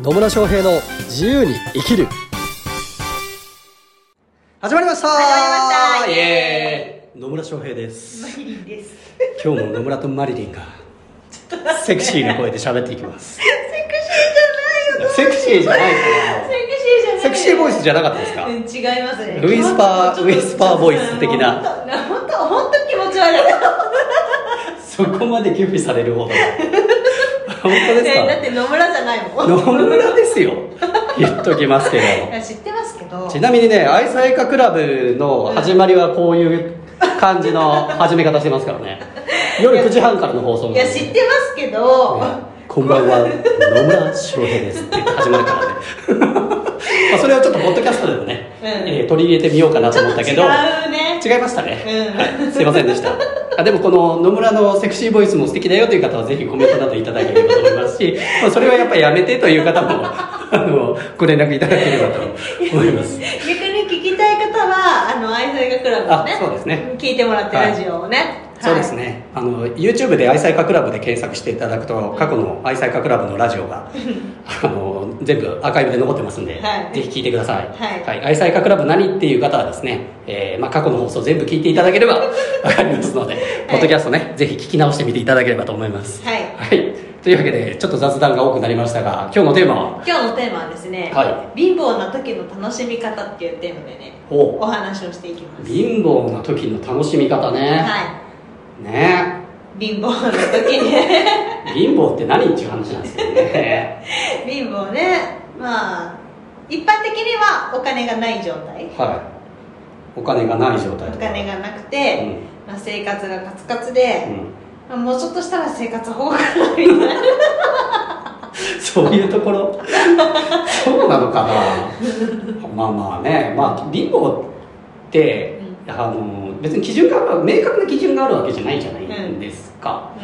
野村翔平の自由に生きる始まりました始まりましたイエーイ野村翔平ですマリリンです。今日も野村とマリリンがセクシーな声で喋っていきますセクシーじゃないよ。セクシーじゃないセクシーじゃない。セクシーボイスじゃ。ゃなかったですかうん、違いますね。ウィスパーちょっとウィスパーボイス的な本当、本当気持ち悪い。そこまで拒否され るほど本当ですか、ねだって野村じゃないもん。野村ですよ言っときますけいどや知ってますけど。ちなみにね愛妻家クラブの始まりはこういう感じの始め方してますから ね夜9時半からの放送なんいでや、知ってますけど。ね こんばんは野村翔平ですって始まるからね まあそれをちょっとポッドキャストでもね、うんえー取り入れてみようかなとちょ思っっとたけ違どうね。違いましたね、うんはい、すいませんでしたあでもこの野村のセクシーボイスも素敵だよという方はぜひコメントなどいただければと思いますし、まあ、それはやっぱりやめてという方もあのご連絡いただければと思います逆に聞きたい方は、あの、愛妻家クラブのあね。そうですね聞いてもらってはいラジオをね。そうですねあの YouTube で「愛妻家クラブ」で検索していただくと過去の「愛妻家クラブ」のラジオ があの全部アーカイブで残ってますんで、はいぜひ聞いてください、はい愛妻家クラブ何っていう方はですね、えーまあ、過去の放送全部聞いていただ ければわかりますので、ポッドキャストねぜひ聞き直してみていただければと思いますはいはい、というわけでちょっと雑談が多くなりましたが今日のテーマは今日のテーマはですね、は貧乏な時の楽しみ方っていうテーマでね、おお話をしていきます。貧乏な時の楽しみ方ね、はい。ね貧乏の 時ね貧乏って何っていう話なんですけどね貧乏ねまあ一般的にはお金がない状態はい、お金がない状態おとか金がなくて、まあ、生活がカツカツでう、んうん、まあ、もうちょっとしたら生活保護かな みたいなそういうところそうなのかなまあまあねまあ貧乏って、あの別に基準が明確な基準があるわけじゃないじゃないですか、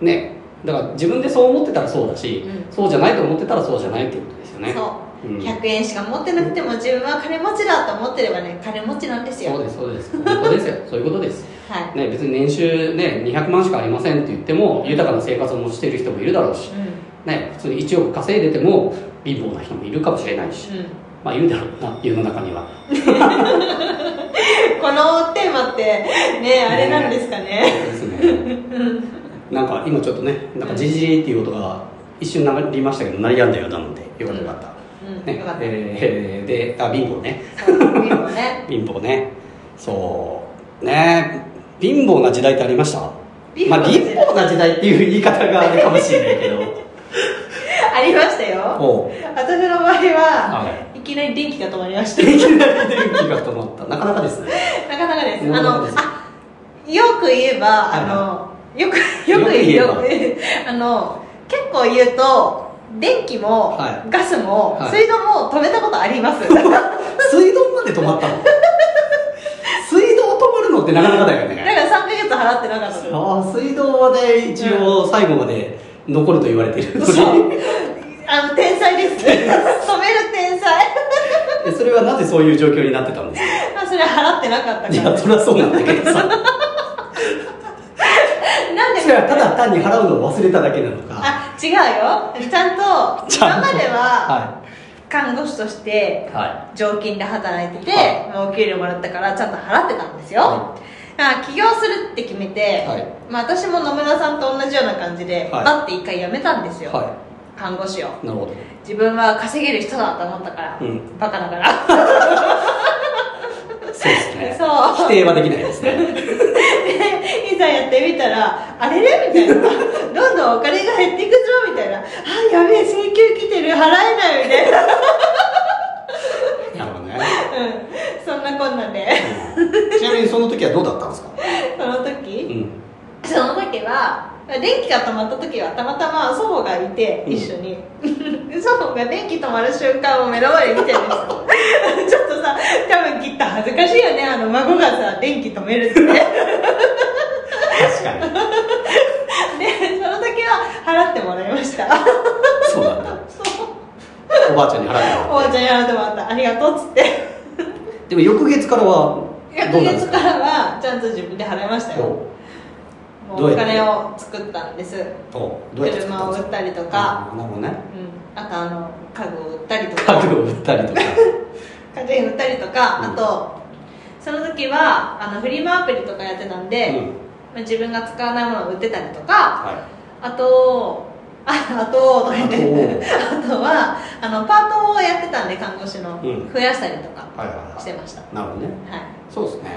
ねだから自分でそう思ってたらそうだし、うそうじゃないと思ってたらそうじゃないっていうことですようんね、そうん、う100円しか持ってなくても自分は金持ちだと思ってればね金持ちなんですよそうですそうです本当ですよ そういうことですはね別に年収ね200万しかありませんって言っても豊かな生活を持している人もいるだろうしい、うんね、普通に1億稼いでても貧乏な人もいるかもしれないし、うん、まあいるだろうな世の中にはこのテーマってねあれなんですかねそうですねなんか今ちょっとねなんかじじりっていう音が一瞬流りましたけど鳴りやんだようなのでよかったよかった、うん、ねよかった、えーであ貧乏ねそう貧乏ね貧乏ねそうね貧乏な時代ってありました貧乏まなあ、時貧代乏な時代っていう言い方があるかもしれないけど ありました よおう私の場合は、、はい きなり電気が止まりましいたきなり電気が止まったなかなかですね なかなかです。なあかなかの、ですあ、よく言えば、はいあの、よく、よく言う、よよくく言う、 あの、結構言うと、電気も、はガスも、はい水道も止めたことあり ます。水道まで止まったの水道止まるのってなかなかだよだかねら三ヶ月払ってなかったの。ああ水道まで一応最後まで残ると言われているのにそうあの、天才です。 止める天才。えそれはなぜそういう状況になってたんですかまあ、それ払ってなかったいからや。そりゃそうなんだけどさなんでそれはただ単に払うのを忘れただけなのかあ、違うよ。ちゃんと、 ちゃ今んとまでは、は看護師としてい、は常勤で働いてて、はまあお給料もらったからちゃんと払ってたんですよ、はだから起業するって決めて、はいまあ、私も野村さんと同じような感じで、はいバッて一回辞めたんですいよ、は看護師をいなるほど自分は稼げる人だと思ったから、うんバカだからそうですね そ否う定はできないですねでいざやってみたらあれれ みたいなどんどんお金が減っていくぞみたいなあやべえ請求来てる払えないみたいな、なるほどねうん、そんなこんなでうんちなみにその時はどうだったんですかそのう時んその時は電気が止まった時はたまたま祖母がいてうん一緒に、 祖母が電気止まる瞬間を目の前で見てるんですよちょっとさ多分きっと恥ずかしいよねあの孫がさ電気止 めるってね確かにでその時は払ってもらいました そうだったおばあちゃんに払ってもらったおばあちゃんに払ってもらったありがとうっつってでも翌月からはどうな1ヶんです月かからはちゃんと自分で払いましたよおもうお金を作ったんですとどうやって作った車んをです売ったりとか、あーなるほどねうん、あとあの家具を売ったりとか家具を売ったりとか家電売ったりとか、うんあとその時はあのフリマアプリとかやってたんで、うんまあ自分が使わないものを売ってたりとかはあとああととか言ってい あとはあのパートをやってたんで看護師の、うん増やしたりとかはいはいしてましたはい、なるほどねそうですね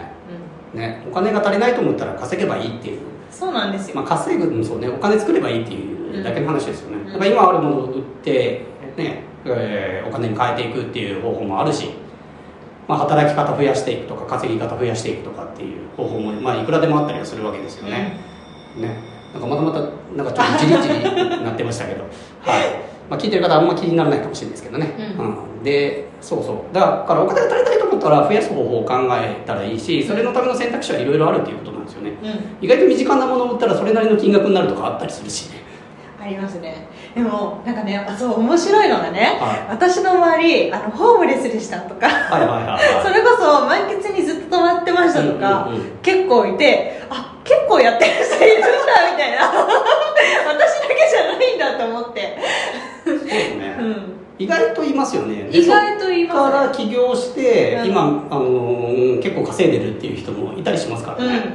うん、ねお金が足りないと思ったら稼げばいいっていうそうなんですよ、まあ、稼ぐのもそうねお金作ればいいっていうだけの話ですよね、うんだから今あるものを売って、ねえーお金に変えていくっていう方法もあるし、まあ、働き方増やしていくとか稼ぎ方増やしていくとかっていう方法も、まあ、いくらでもあったりはするわけですよね、ねなんかまたまたなんかちょっとじりじりなってましたけど、はいまあ、聞いてる方あんま気にならないかもしれないですけどね、ううんでそうそうだからお金が足りないと思ったら増やす方法を考えたらいいしそれのための選択肢はいろいろあるっていうことなんですよねうん、うん、意外と身近なものを売ったらそれなりの金額になるとかあったりするしねありますねでもなんかねあそう面白いのがねは私の周りあのホームレスでしたとかはいはいはいそれこそ満喫にずっと泊まってましたとか、うんうんうん結構いてあ結構やってる人いるんだみたいな 私だけじゃないんだと思って、そうですね、うん、意外といますよねで意外と言いそこかまら起業して、うん今、あのー結構稼いでるっていう人もいたりしますかすうらんうね、ん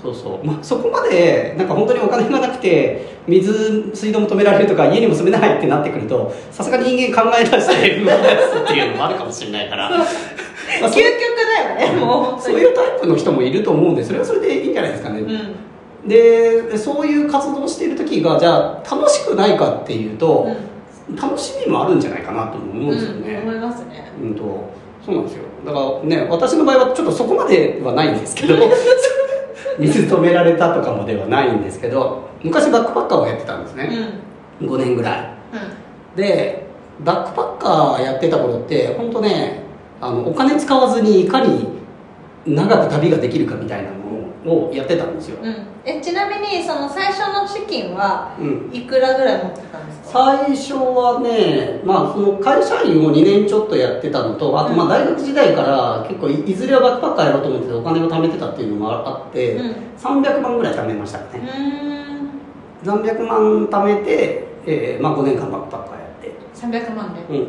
そうそう、まあ、そこまでなんか本当にお金がなくて水水道も止められるとか家にも住めないってなってくるとさすがに人間考え出して動き出すっていうのもあるかもしれないから、まあ、究そ極うだよねもう本当そうにいうタイプの人もいると思うんでそれはそれでいいんじゃないですかね、うんでそういう活動をしている時がじゃあ楽しくないかっていうと、楽しみもあるんじゃないかなとも思うんですようんね、思いますねうん、とそうなんですよだからね私の場合はちょっとそこまではないんですけ ど水止められたとかもではないんですけど昔バックパッカーをやってたんですうんうね、5年ぐらいんでバックパッカーやってた頃って本当ねあのお金使わずにいかに長く旅ができるかみたいなのをやってたんですよ、うんえちなみにその最初の資金はうん、いくらぐらい持ってたんですか最初はね、まあ、その会社員を2年ちょっとやってたのとあとまあうん大学時代から結構いいずれはバックパッカーやろうと思っててお金を貯めてたっていうのもあって、うん300万ぐらい貯めましたうね、ーん300万貯めて、えーまあ、5年間バックパッカーやって、 300万でう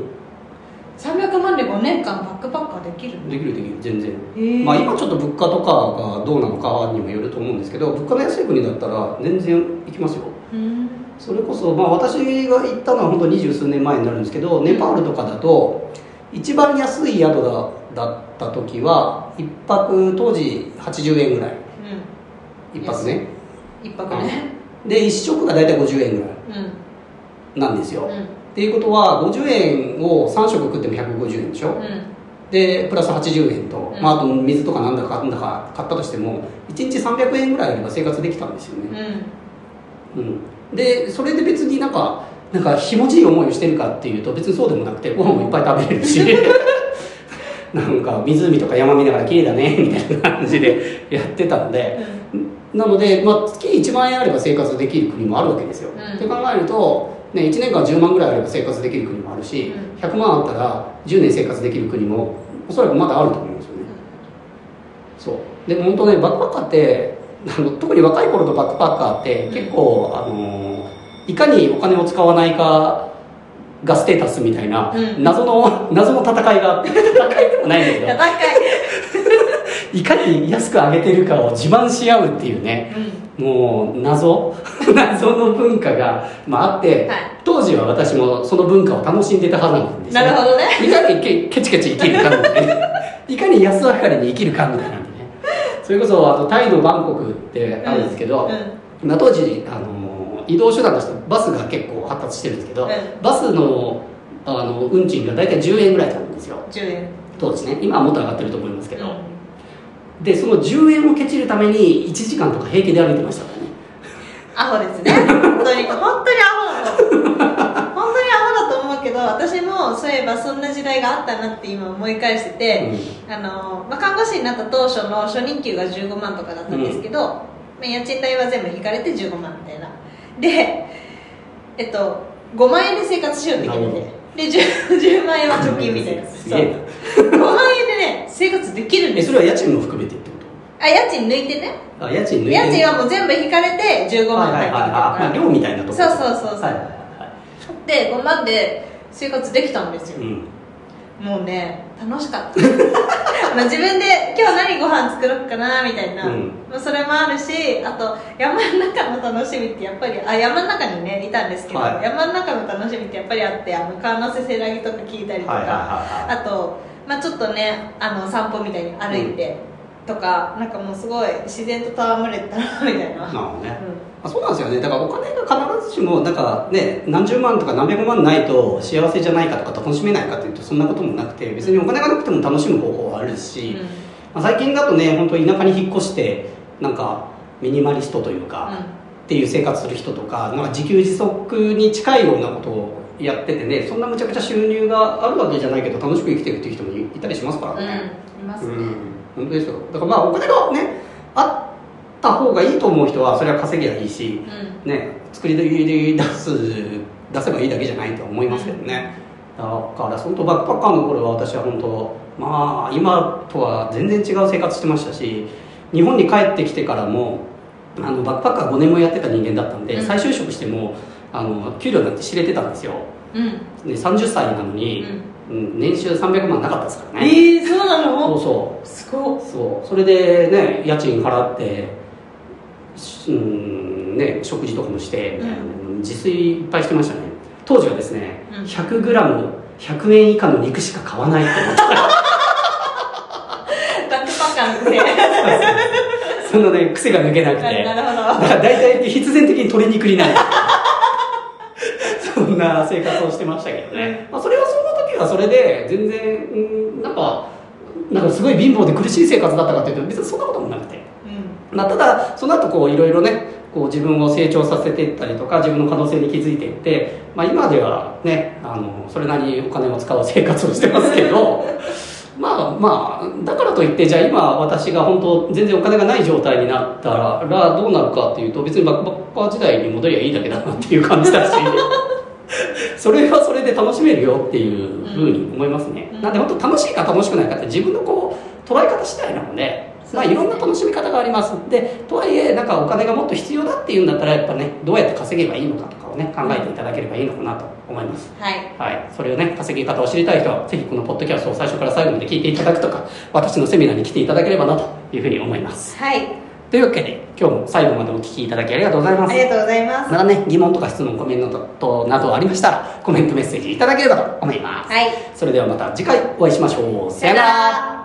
300万で5年間バックパッカーできるん、できるできる全然、えーまあ、今ちょっと物価とかがどうなのかにもよると思うんですけど物価の安い国だったら全然行きますようんそれこそ、まあ、私が行ったのは本当二十数年前になるんですけどネパールとかだと一番安い宿だだった時は一泊当時80円ぐらいうん一泊ね一泊ねで一食が大体50円ぐらいうんなんですうよ、んっていうことは50円を3食食っても150円でしょ、うんでプラス80円と、うんまあ、あと水とかなんだかなんだか買ったとしても1日300円ぐらいあれば生活できたんですよね、うんうん、でそれで別になんかなんかひもじい思いをしてるかっていうと別にそうでもなくてご飯もいっぱい食べれるし なんか湖とか山見ながら綺麗だねみたいな感じでやってたのでなので、まあ、月1万円あれば生活できる国もあるわけですよ。うんって考えると、ね、1年間10万ぐらいあれば生活できる国もあるし、う100万あったら10年生活できる国もおそらくまだあると思うんですよね。そうでも本当ねバックパッカーってあの特に若い頃のバックパッカーってうん結構、あのいかにお金を使わないかがステータスみたいな、うん謎の謎の戦い があって戦いでもないんだけど戦いいかに安く上げてるかを自慢し合うっていうねうんもう謎 謎の文化が、まあ、あって、はい当時は私もその文化を楽しんでた派なんですなるほどねいかにケケチケチ生きるかみたいな いかに安上がりに生きるかみたいなねそれこそあとタイのバンコクってあるんですけど、うんまあ当時あの移動手段としてバスが結構発達してるんですけど、うんバスのあの運賃が大体10円ぐらいだったんですよ10円当時ね今はもっと上がってると思いますけうど、んでその10円をケチるために1時間とか平気で歩いてましたからねアホですね本当に本当にアホだと思う本当にアホだと思うけど私もそういえばそんな時代があったなって今思い返してて、あのまあ、看護師になった当初の初任給が15万とかだったんですけど、まあ、家賃代は全部引かれて15万みたいなで えっと5万円で生活しようって決めなるてで 10, 10万円は貯金みたいな すそげえうな5万円でね生活できるんえですそれは家賃も含めてってことあ家賃抜いてねあ家賃抜いて家賃はもう全部引かれて15は万いは入っいてはいあ、まあ、き寮みたいなところそうそうそうそうはいはいはてるからで5万で生活できたんですよい、うん、もうね楽しかった まあ自分で今日何ご飯作ろうかなみたいな、うんまあそれもあるしあと山の中の楽しみってやっぱりあ山の中にねいたんですけど、はい山の中の楽しみってやっぱりあってあの川瀬せらぎとか聞いたりとか、はいはいはいはいあと、まあ、ちょっとねあの散歩みたいに歩いてとか、なんかもうすごい自然と戯れてたなみたいな、なるほどね、うあんそうなんですよねだからお金が必ずしもなんかね何十万とか何百万ないと幸せじゃないかとか楽しめないかっていうとそんなこともなくて別にお金がなくても楽しむ方法はあるし、うんまあ、最近だとね本当田舎に引っ越してなんかミニマリストというか、っていう生活する人とかなんか自給自足に近いようなことをやっててねそんなむちゃくちゃ収入があるわけじゃないけど楽しく生きてるっていう人もいたりしますからうん、うんね、いますうね、ん本当ですよだからまあお金がねあった方がいいと思う人はそれは稼ぎゃいいしうんね作り出す出せばいいだけじゃないと思いますけどね、だから本当バックパッカーの頃は私は本当まあ今とは全然違う生活してましたし日本に帰ってきてからもあのバックパッカー5年もやってた人間だったんで、うん再就職してもあの給料なんて知れてたんですようんで30歳なのに、うん年収300万なかったですからねえー、そうなそうのそうすごいそうそれでね家賃払って、しうんね、食事とかもしてみたいな、自炊いっぱいしてましたね当時はですね、うん 100g100 円以下の肉しか買わないって思って バックパッカーのねたそのね癖が抜けなくてなだるほどから大体必然的に鶏肉になるそんな生活をしてましたけどね、まあ、それはその時はそれで全然、うん、なんかなんかすごい貧乏で苦しい生活だったかっていうと別にそんなこともなくてうんまあ、ただその後こういろいろねこう自分を成長させていったりとか自分の可能性に気づいていって、まあ、今ではねあのそれなりにお金を使う生活をしてますけど まあまあだからといってじゃあ今私が本当全然お金がない状態になったらどうなるかっていうと別にバックパッカー時代に戻りゃいいだけだなっていう感じだし それはそれで楽しめるよっていうふうに思いますね、うんなんで本当楽しいか楽しくないかって自分のこう捉え方次第なのでまあ、いろんな楽しみ方がありますでとはいえなんかお金がもっと必要だっていうんだったらやっぱねどうやって稼げばいいのかとかをね考えていただければいいのかなと思いますはいはいそれをね稼ぎ方を知りたい人はぜひこのポッドキャストを最初から最後まで聞いていただくとか私のセミナーに来ていただければなというふうに思いますはいというわけで今日も最後までお聞きいただきありがとうございまあすりがとうございますまたね疑問とか質問コメントなどありましたらコメントメッセージいただければと思いますはいそれではまた次回お会いしましょうさよならら